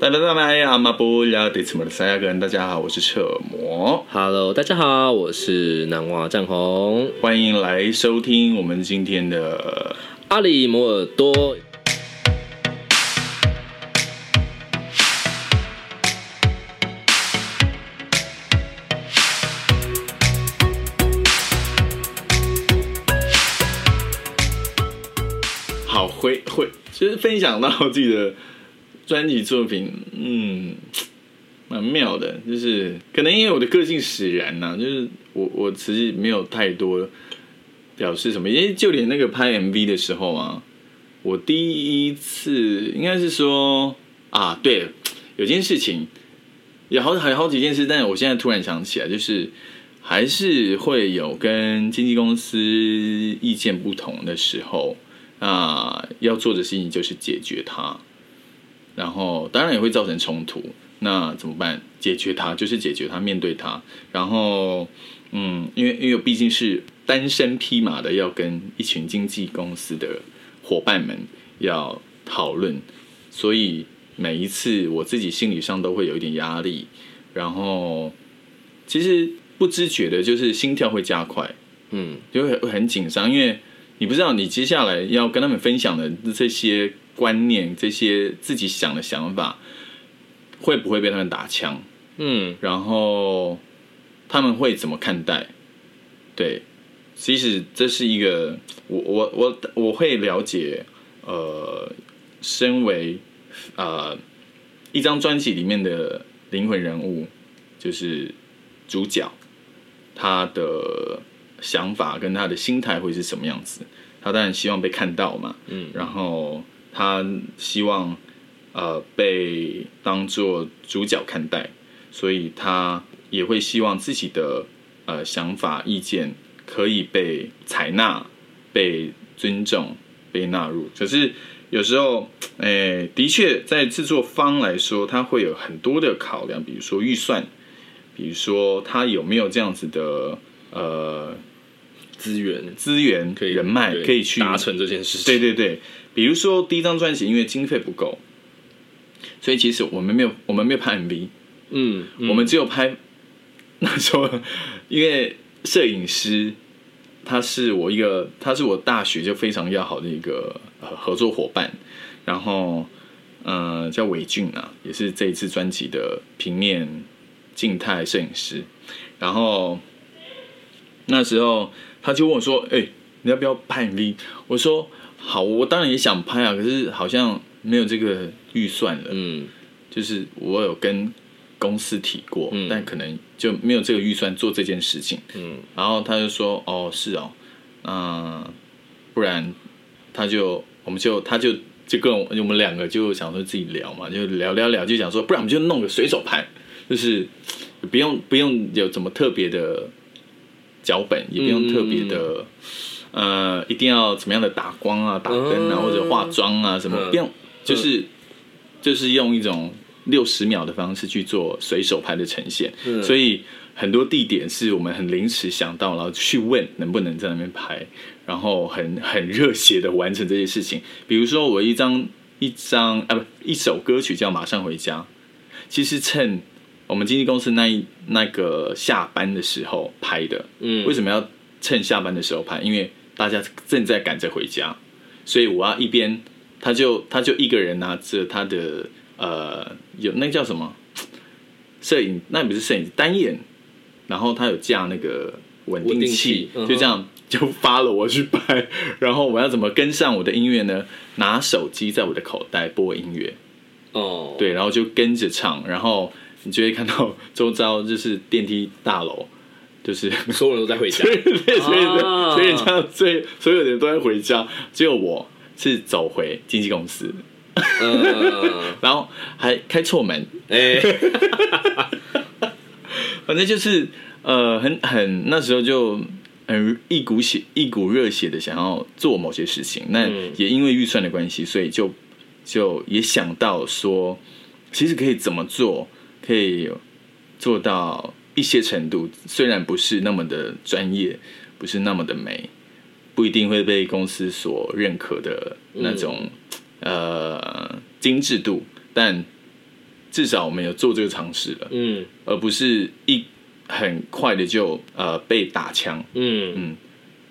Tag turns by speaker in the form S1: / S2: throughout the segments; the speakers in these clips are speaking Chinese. S1: 大家拜阿玛布亚迪茨马塞亚根，大家好，我是车模，
S2: Hello，大家好，我是南瓜战红
S1: 欢迎来收听我们今天的
S2: 阿里摩尔多。
S1: 好回回，就是分享到自己的专辑作品，嗯，蛮妙的，就是可能因为我的个性使然呐、就是我我其实没有太多表示什么，因为就连那个拍 MV 的时候啊，我第一次应该是说啊，对，有件事情，有好还有好几件事，但是我现在突然想起来，就是。还是会有跟经纪公司意见不同的时候，那要做的事情就是解决它，然后当然也会造成冲突。那怎么办？解决它就是解决它，面对它。然后，嗯，因为因为毕竟是单身匹马的，要跟一群经纪公司的伙伴们要讨论，所以每一次我自己心理上都会有一点压力。然后，其实不知觉的，就是心跳会加快，
S2: 嗯，
S1: 就会会很紧张，因为你不知道你接下来要跟他们分享的这些观念、这些自己想的想法，会不会被他们打枪，
S2: 嗯，
S1: 然后他们会怎么看待？对，其实这是一个我我我我会了解，呃，身为呃一张专辑里面的灵魂人物，就是主角，他的想法跟他的心态会是什么样子？他当然希望被看到嘛，
S2: 嗯，
S1: 然后他希望呃被当做主角看待，所以他也会希望自己的呃想法、意见可以被采纳、被尊重、被纳入。可是有时候，诶、的确在制作方来说，他会有很多的考量，比如说预算，比如说他有没有这样子的呃
S2: 资源
S1: 资源、
S2: 可以
S1: 人脉
S2: 对
S1: 可以去
S2: 达成这件事情。
S1: 对对对，比如说第一张专辑，因为经费不够，所以其实我们没有我们没有拍 MV，、
S2: 嗯，嗯，
S1: 我们只有拍 那时候，因为摄影师他是我一个，他是我大学就非常要好的一个呃合作伙伴，然后呃叫韦俊啊，也是这一次专辑的平面静态摄影师，然后那时候他就问我说：“哎、你要不要拍 MV？” 我说：“好，我当然也想拍啊，可是好像没有这个预算了。”
S2: 嗯
S1: 就是我有跟公司提过，
S2: 嗯
S1: 但可能就没有这个预算做这件事情。
S2: 嗯
S1: 然后他就说：“哦，是哦，嗯、不然他就我们就他就就跟我我们两个就想说自己聊嘛，就聊聊聊，就想说，不然我们就弄个随手拍，就是不用不用有怎么特别的脚本，也不用特别的、呃，一定要怎么样的打光啊、打灯啊，
S2: 嗯
S1: 或者化妆啊什么，
S2: 嗯
S1: 不用就是就是用一种六十秒的方式去做随手拍的呈现，
S2: 嗯
S1: 所以很多地点是我们很临时想到，然后去问能不能在那边拍，然后很很热血的完成这些事情。比如说我一张一张啊不一首歌曲叫《马上回家》，其实趁我们经纪公司那一那个下班的时候拍的。
S2: 嗯，
S1: 为
S2: 么？
S1: 什么要趁下班的时候拍？因为大家正在赶着回家，所以我要一边，他就他就一个人拿着他的呃，有那叫什么摄影，那不是摄影单眼，然后他有架那个稳定
S2: 稳定
S1: 器
S2: 器，嗯哼
S1: 就这样就发了我去拍，然后我要怎么跟上我的音乐呢？拿手机在我的口袋播音乐，
S2: 哦，，
S1: 对，然后就跟着唱，然后你就会看到周遭就是电梯大楼，就是。
S2: 所有人都在回家
S1: 对。对，所以
S2: 啊
S1: 所以这样，所以所有人都在回家，只有我是走回经纪公司，
S2: 嗯，
S1: 然后还开错门，
S2: 哎，
S1: 反正就是呃，很很那时候就很一股血一股热血的想要做某些事情，那
S2: 嗯
S1: 也因为预算的关系，所以就就也想到说，其实可以怎么做，可以做到一些程度，虽然不是那么的专业，不是那么的美，不一定会被公司所认可的那种、呃精致度，但至少我们有做这个尝试了，
S2: 嗯
S1: 而不是一很快的就呃被打枪。
S2: 嗯，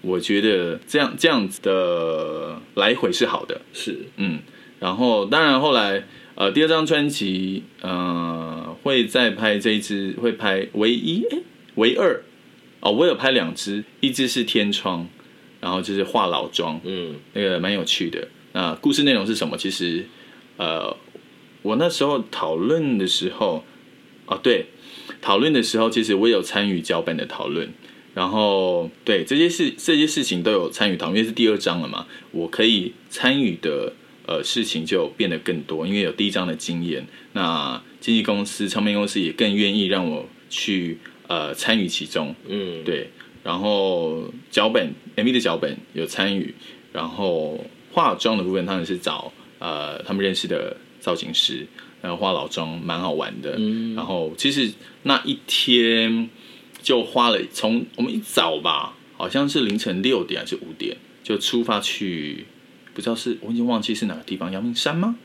S1: 我觉得呃这样这样子的来回是好的，
S2: 是，
S1: 嗯，然后当然后来呃第二张专辑呃会再拍这一支，会拍唯一诶唯二哦，我有拍两支，一支是天窗，然后就是画老妆，
S2: 嗯
S1: 那个蛮有趣的。那故事内容是什么？其实呃我那时候讨论的时候啊对，讨论的时候其实我有参与脚本的讨论。然后对这些事这些事情都有参与讨论，因为是第二章了嘛，我可以参与的呃事情就变得更多，因为有第一章的经验。那经纪公司、唱片公司也更愿意让我去呃参与其中，
S2: 嗯，
S1: 对。然后脚本 MV 的脚本有参与，然后化妆的部分他们是找呃他们认识的造型师，然后化老妆蛮好玩的。
S2: 嗯
S1: 然后其实那一天就花了从我们一早吧，好像是凌晨六点还是五点就出发去，不知道是我已经忘记是哪个地方，阳明山吗？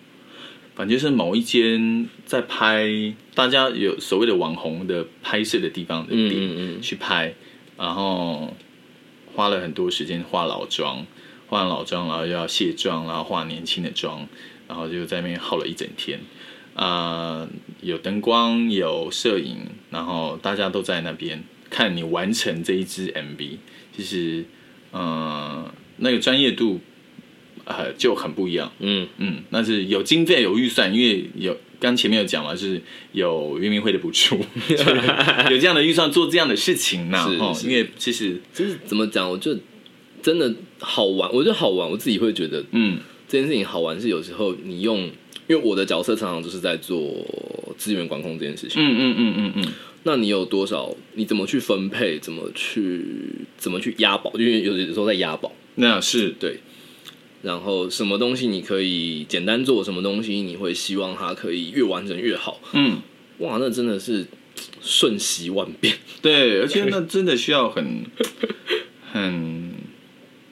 S1: 反正是某一间在拍大家有所谓的网红的拍摄的地方的
S2: 嗯
S1: 地
S2: 嗯嗯
S1: 去拍，然后花了很多时间化老妆，化完老妆，然后又要卸妆，然后化年轻的妆，然后就在那边耗了一整天。啊、有灯光，有摄影，然后大家都在那边看你完成这一支 MV。其实，呃，那个专业度呃就很不一样。
S2: 嗯
S1: 嗯，那是有经费有预算，因为有刚前面有讲嘛，就是有运民会的补 助，所以有这样的预算做这样的事情呐、
S2: 是
S1: 哦，
S2: 是
S1: 因为其实
S2: 就是怎么讲，我就真的好玩，我觉得好玩，我自己会觉得
S1: 嗯
S2: 这件事情好玩是有时候你用，因为我的角色常常就是在做资源管控这件事情。
S1: 嗯嗯嗯嗯嗯，
S2: 那你有多少？你怎么去分配？怎么去怎么去押宝？因为有的时候在押宝。
S1: 那是
S2: 对。然后什么东西你可以简单做，什么东西你会希望它可以越完整越好。
S1: 嗯
S2: 哇，那真的是瞬息万变。
S1: 嗯对，而且那真的需要很很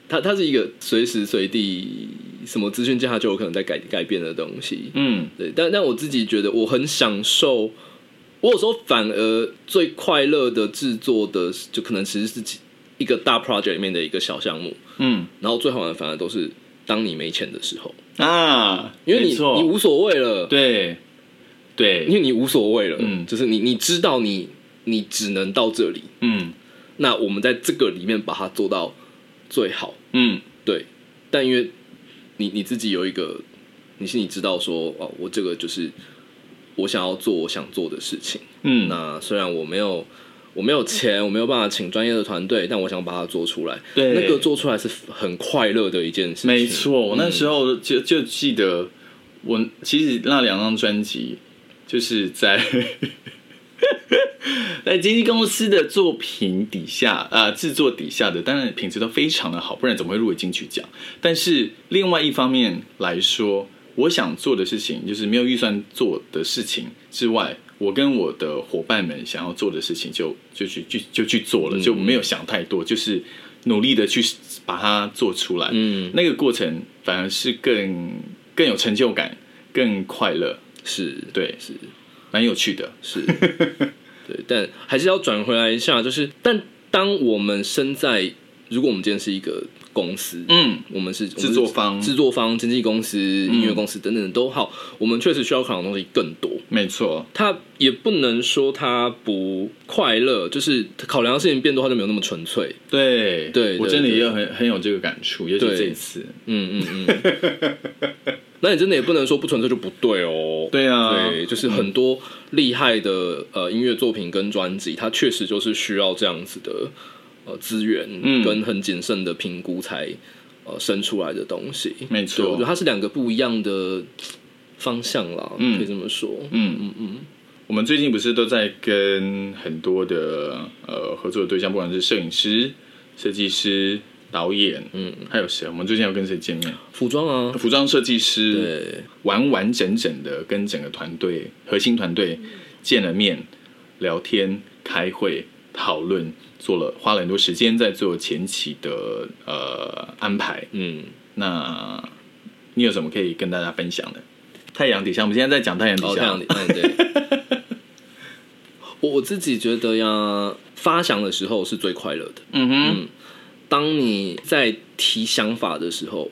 S2: 它它是一个随时随地什么资讯架就有可能在改改变的东西。
S1: 嗯
S2: 对，但但我自己觉得我很享受。我有时候反而最快乐的制作的，就可能其实是几一个大 project 里面的一个小项目，
S1: 嗯
S2: 然后最好玩的反而都是当你没钱的时候，
S1: 啊，
S2: 因为你
S1: 没
S2: 你
S1: 错，
S2: 无所谓了，
S1: 对
S2: 因
S1: 对，
S2: 为你无所谓了，
S1: 嗯
S2: 就是你你知道你你只能到这里，
S1: 嗯
S2: 那我们在这个里面把它做到最好，
S1: 嗯
S2: 对，但因为你你自己有一个，你心里知道说，哦，我这个就是我想要做我想做的事情，
S1: 嗯，
S2: 那虽然我没有。我没有钱，我没有办法请专业的团队，但我想把它做出来。
S1: 对
S2: 那个做出来是很快乐的一件事情。
S1: 没错，
S2: 嗯
S1: 我那时
S2: 候，
S1: 候就就记得，我其实那两张专辑就是在 在经纪公司的作品底下，呃，制作底下的，当然品质都非常的好，不然怎么会入围金曲奖？但是另外一方面来说，我想做的事情就是没有预算做的事情之外。我跟我的伙伴们想要做的事情就，就去就就去做了，就没有想太多，就是努力的去把它做出来。
S2: 嗯，
S1: 那个过程反而是更更有成就感，更快乐，
S2: 是
S1: 对，
S2: 是
S1: 蛮有趣的。
S2: 是， 对，但还是要转回来一下，就是，但当我们身在，如果我们今天是一个公司，
S1: 嗯，
S2: 我们是我们是
S1: 制作方嗯
S2: 制作方、经纪公司、音乐公司等等都好，我们确实需要考量的东西更多。
S1: 没错，
S2: 它也不能说它不快乐，就是考量的事情变多，它就没有那么纯粹。
S1: 对
S2: 对
S1: 我
S2: 对
S1: 真的
S2: 对
S1: 也有很很有这个感触，尤其
S2: 对
S1: 这一次，
S2: 嗯嗯 嗯。那你真的也不能说不纯粹就不对哦。
S1: 对啊
S2: 对，就是很多厉害的呃音乐作品跟专辑，它确实就是需要这样子的呃资源，
S1: 嗯
S2: 跟很谨慎的评估才呃生出来的东西。
S1: 没
S2: 对，我
S1: 错
S2: 觉得，它是两个不一样的方向啦，
S1: 嗯
S2: 可以这么说。
S1: 嗯嗯嗯。我们最近不是都在跟很多的呃合作的对象，不管是摄影师、设计师、导演，嗯，还有谁？我们最近有跟谁见面？
S2: 服装啊，
S1: 服装设计师，
S2: 对，
S1: 完完整整的跟整个团队核心团队见了面，聊天、开会、讨论，做了花了很多时间在做前期的呃安排。
S2: 嗯，
S1: 那你有什么可以跟大家分享的？太阳底下，我们现在在讲太阳底
S2: 好，太
S1: 下，
S2: 阳底，嗯，对， 我自己觉得呀，发想的时候是最快乐的。
S1: 嗯哼，
S2: 当你在提想法的时候，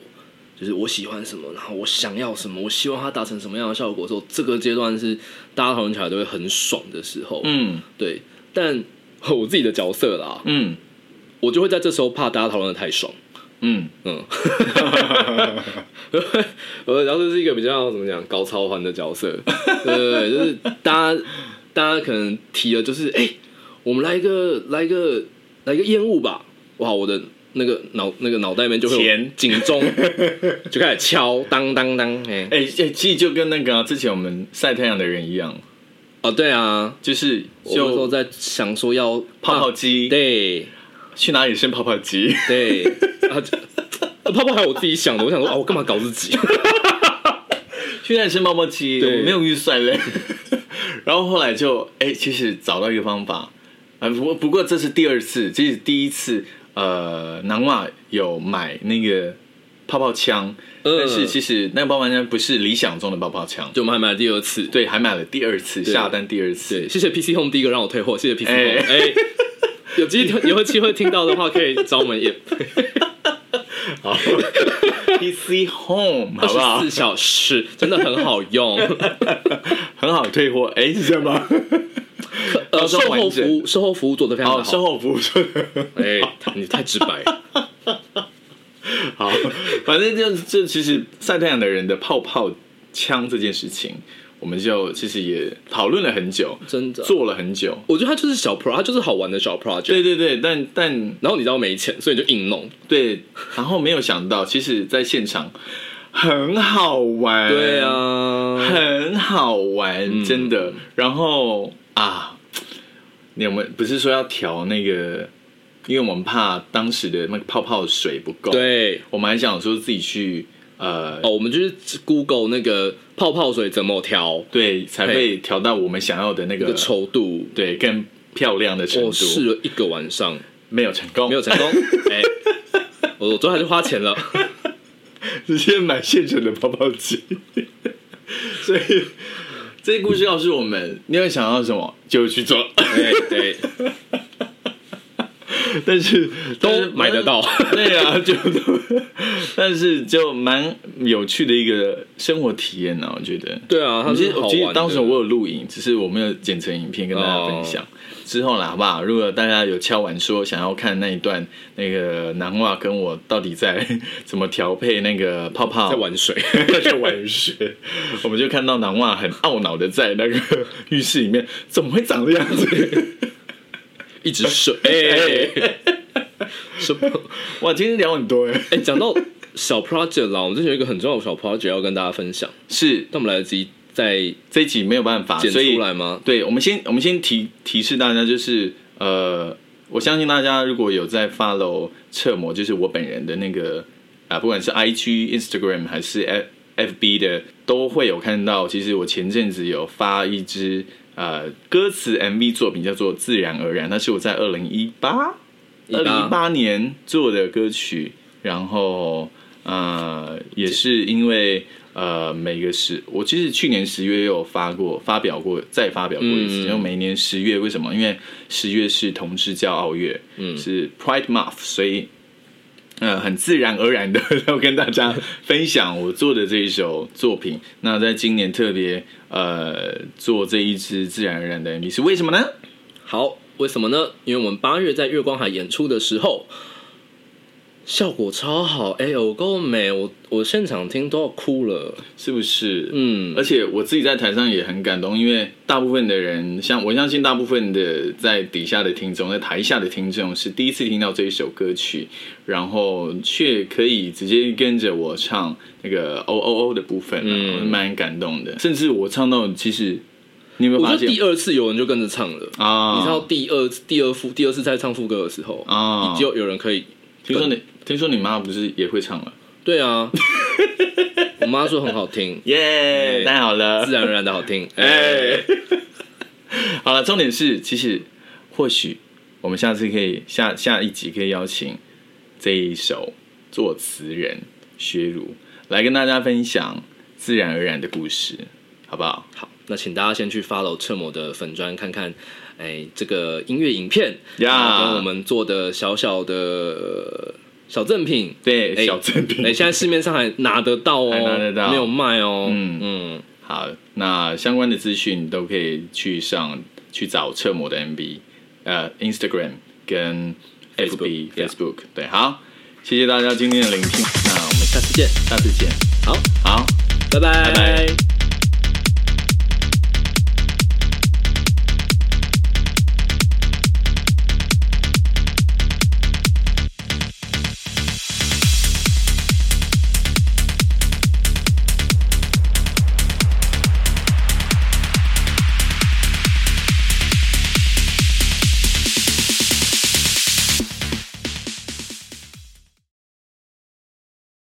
S2: 就是我喜欢什么，然后我想要什么，我希望它达成什么样的效果的时候，这个阶段是大家讨论起来都会很爽的时候。
S1: 嗯
S2: 对，但 我自己的角色啦，
S1: 嗯
S2: 我就会在这时候怕大家讨论的太爽。
S1: 嗯，
S2: 嗯，我然后就是一个比较怎么讲高超凡的角色，对对对，就是大家大家可能提了就是哎、我们来一个来一个来一个烟雾吧，哇，我的那个脑那个脑袋里面就会有
S1: 钱
S2: 警钟就开始敲，当当当，哎、
S1: 哎、哎、其实就跟那个啊、之前我们晒太阳的人一样，
S2: 哦对啊，
S1: 就是
S2: 我那时候
S1: 就
S2: 在想说要
S1: 泡泡
S2: 啊
S1: 机，
S2: 对
S1: 去哪里生泡泡机？
S2: 对，啊 这泡泡还有我自己想的，我想说啊，我干嘛搞自己？
S1: 去那里生泡泡机，
S2: 对
S1: 我没有预算嘞。然后后来就哎、其实找到一个方法，啊，不过不过这是第二次，这是第一次，呃，南瓦有买那个泡泡枪，
S2: 嗯
S1: 但是其实那个泡泡枪不是理想中的泡泡枪，
S2: 就我们还买了第二次，
S1: 对，还买了第二次
S2: 对
S1: 下单第二次，
S2: 对，谢谢 PC Home 第一个让我退货，谢谢 PC
S1: 哎
S2: Home。哎， 有机有会机会听到的话，可以找我们也
S1: 好，PC Home 好不好
S2: 四？小时，真的很好 用。
S1: 很好退货，哎、是这样吗？
S2: 呃，
S1: 包
S2: 售
S1: 装完
S2: 后
S1: 整
S2: 服务售后服务做的非常
S1: 好，
S2: 的
S1: 哦售
S2: 好。
S1: 后服务说得
S2: 哎， 你太直白。
S1: 好，反正就就其实晒太阳的人的泡泡枪这件事情，我们就其实也讨论了很久，
S2: 真的
S1: 做了很久。
S2: 我觉得它就是小 pro，它就是好玩的小 project。
S1: 对对对，但但
S2: 然后你知道没钱，所以你就硬弄。
S1: 对，然后没有想到，其实在现场很好玩，
S2: 对，啊，嗯
S1: 很好玩，真的。然后啊，你们不是说要调那个，因为我们怕当时的那个泡泡水不够，，
S2: 对
S1: 我们还想说自己去呃
S2: 哦，我们就是 Google 那个泡泡水怎么调
S1: 对，才会调到我们想要的那
S2: 那
S1: 个
S2: 个稠度。
S1: 对更漂亮的啊程度。
S2: 我试了一个晚上，
S1: 没有成功，
S2: 没有成功。 哎，我我最后还是花钱了。
S1: 直接买现成的泡泡机。 所以这些故事告诉我们，你要想要什么就去做，
S2: 哎，对，
S1: 但是但是
S2: 都买得到
S1: 对啊，就都，但是就蛮有趣的一个生活体验呢、啊，我觉得。
S2: 对啊，它
S1: 其
S2: 是
S1: 实
S2: 好玩的
S1: 其实当时我有录影，只是我没有剪成影片跟大家分
S2: 哦
S1: 享。之后啦，好不好？如果大家有敲完说想要看那一段，那个南袜跟我到底在 怎么调配那个泡泡，
S2: 在玩水，
S1: 在玩水， 我们就看到南袜很懊恼的在那个浴室里面，怎么会长这样 子？
S2: 一 直水，哎， 什么？
S1: 哇，今天聊很多哎，
S2: 哎，讲到小 project 啦，我们之前有一个很重要的小 project 要跟大家分享，
S1: 是
S2: 但我们来得及再
S1: 这一集没有办法，
S2: 剪
S1: 所以
S2: 出来吗？
S1: 对，我们先我们先提提示大家，就是呃，我相信大家如果有在 follow 侧模，就是我本人的那个啊，不管是 IG、Instagram 还是 F FB 的，都会有看到。其实我前阵子有发一支呃歌词 MV 作品，叫做《自然而然》，那是我在二零一八二零一八年做的歌曲，然后呃，也是因为呃，每个十，我其实去年十月有发过、发表过、再发表过一次，
S2: 嗯
S1: 因为每年十月为什么？因为十月是同志骄傲月，嗯，是 Pride Month，所以。呃，很自然而然的 要跟大家分享我做的这一首作品。那在今年特别呃做这一支自然而然的 MV 是为什么呢？
S2: 好，为什么呢？因为我们八月在月光海演出的时候，效果超好，哎，有够美，我我现场听都要哭了，
S1: 是不是？
S2: 嗯
S1: 而且我自己在台上也很感动，因为大部分的人，像我相信大部分的在底下的听众，在台下的听众是第一次听到这一首歌曲，然后却可以直接跟着我唱那个 O O O 的部分、啊，
S2: 嗯
S1: 我蛮感动的。甚至我唱到，其实你有没有
S2: 我
S1: 发
S2: 觉得
S1: 现
S2: 第二次有人就跟着唱了。
S1: 啊？
S2: 你知道第二第二副第二次在唱副歌的时候，
S1: 啊？
S2: 就有人可以
S1: 听说你听说你妈不是也会唱了？
S2: 对啊， 我妈说很好听，
S1: 耶、太好了，
S2: 自然而然的好听。哎、
S1: 哎，好了，重点是，其实或许我们下次可以下下一集可以邀请这一首作词人薛如来跟大家分享自然而然的故事，好不好？
S2: 好，那请大家先去 follow 彻某的粉砖看看，哎，这个音乐影片
S1: 呀
S2: 啊跟我们做的小小的呃小 赠品，
S1: 对，
S2: 哎
S1: 小赠品。
S2: 哎，现在市面上还拿得到哦，
S1: 还拿得到
S2: 没有卖哦，
S1: 嗯
S2: 嗯，
S1: 好，那相关的资讯都可以去上去找车模的 MB，呃，Instagram 跟 FB、
S2: Facebook，对啊
S1: Facebook，对，好，谢谢大家今天的聆听，那我们
S2: 下次见，
S1: 下次见，
S2: 好，
S1: 好，
S2: 拜
S1: 拜拜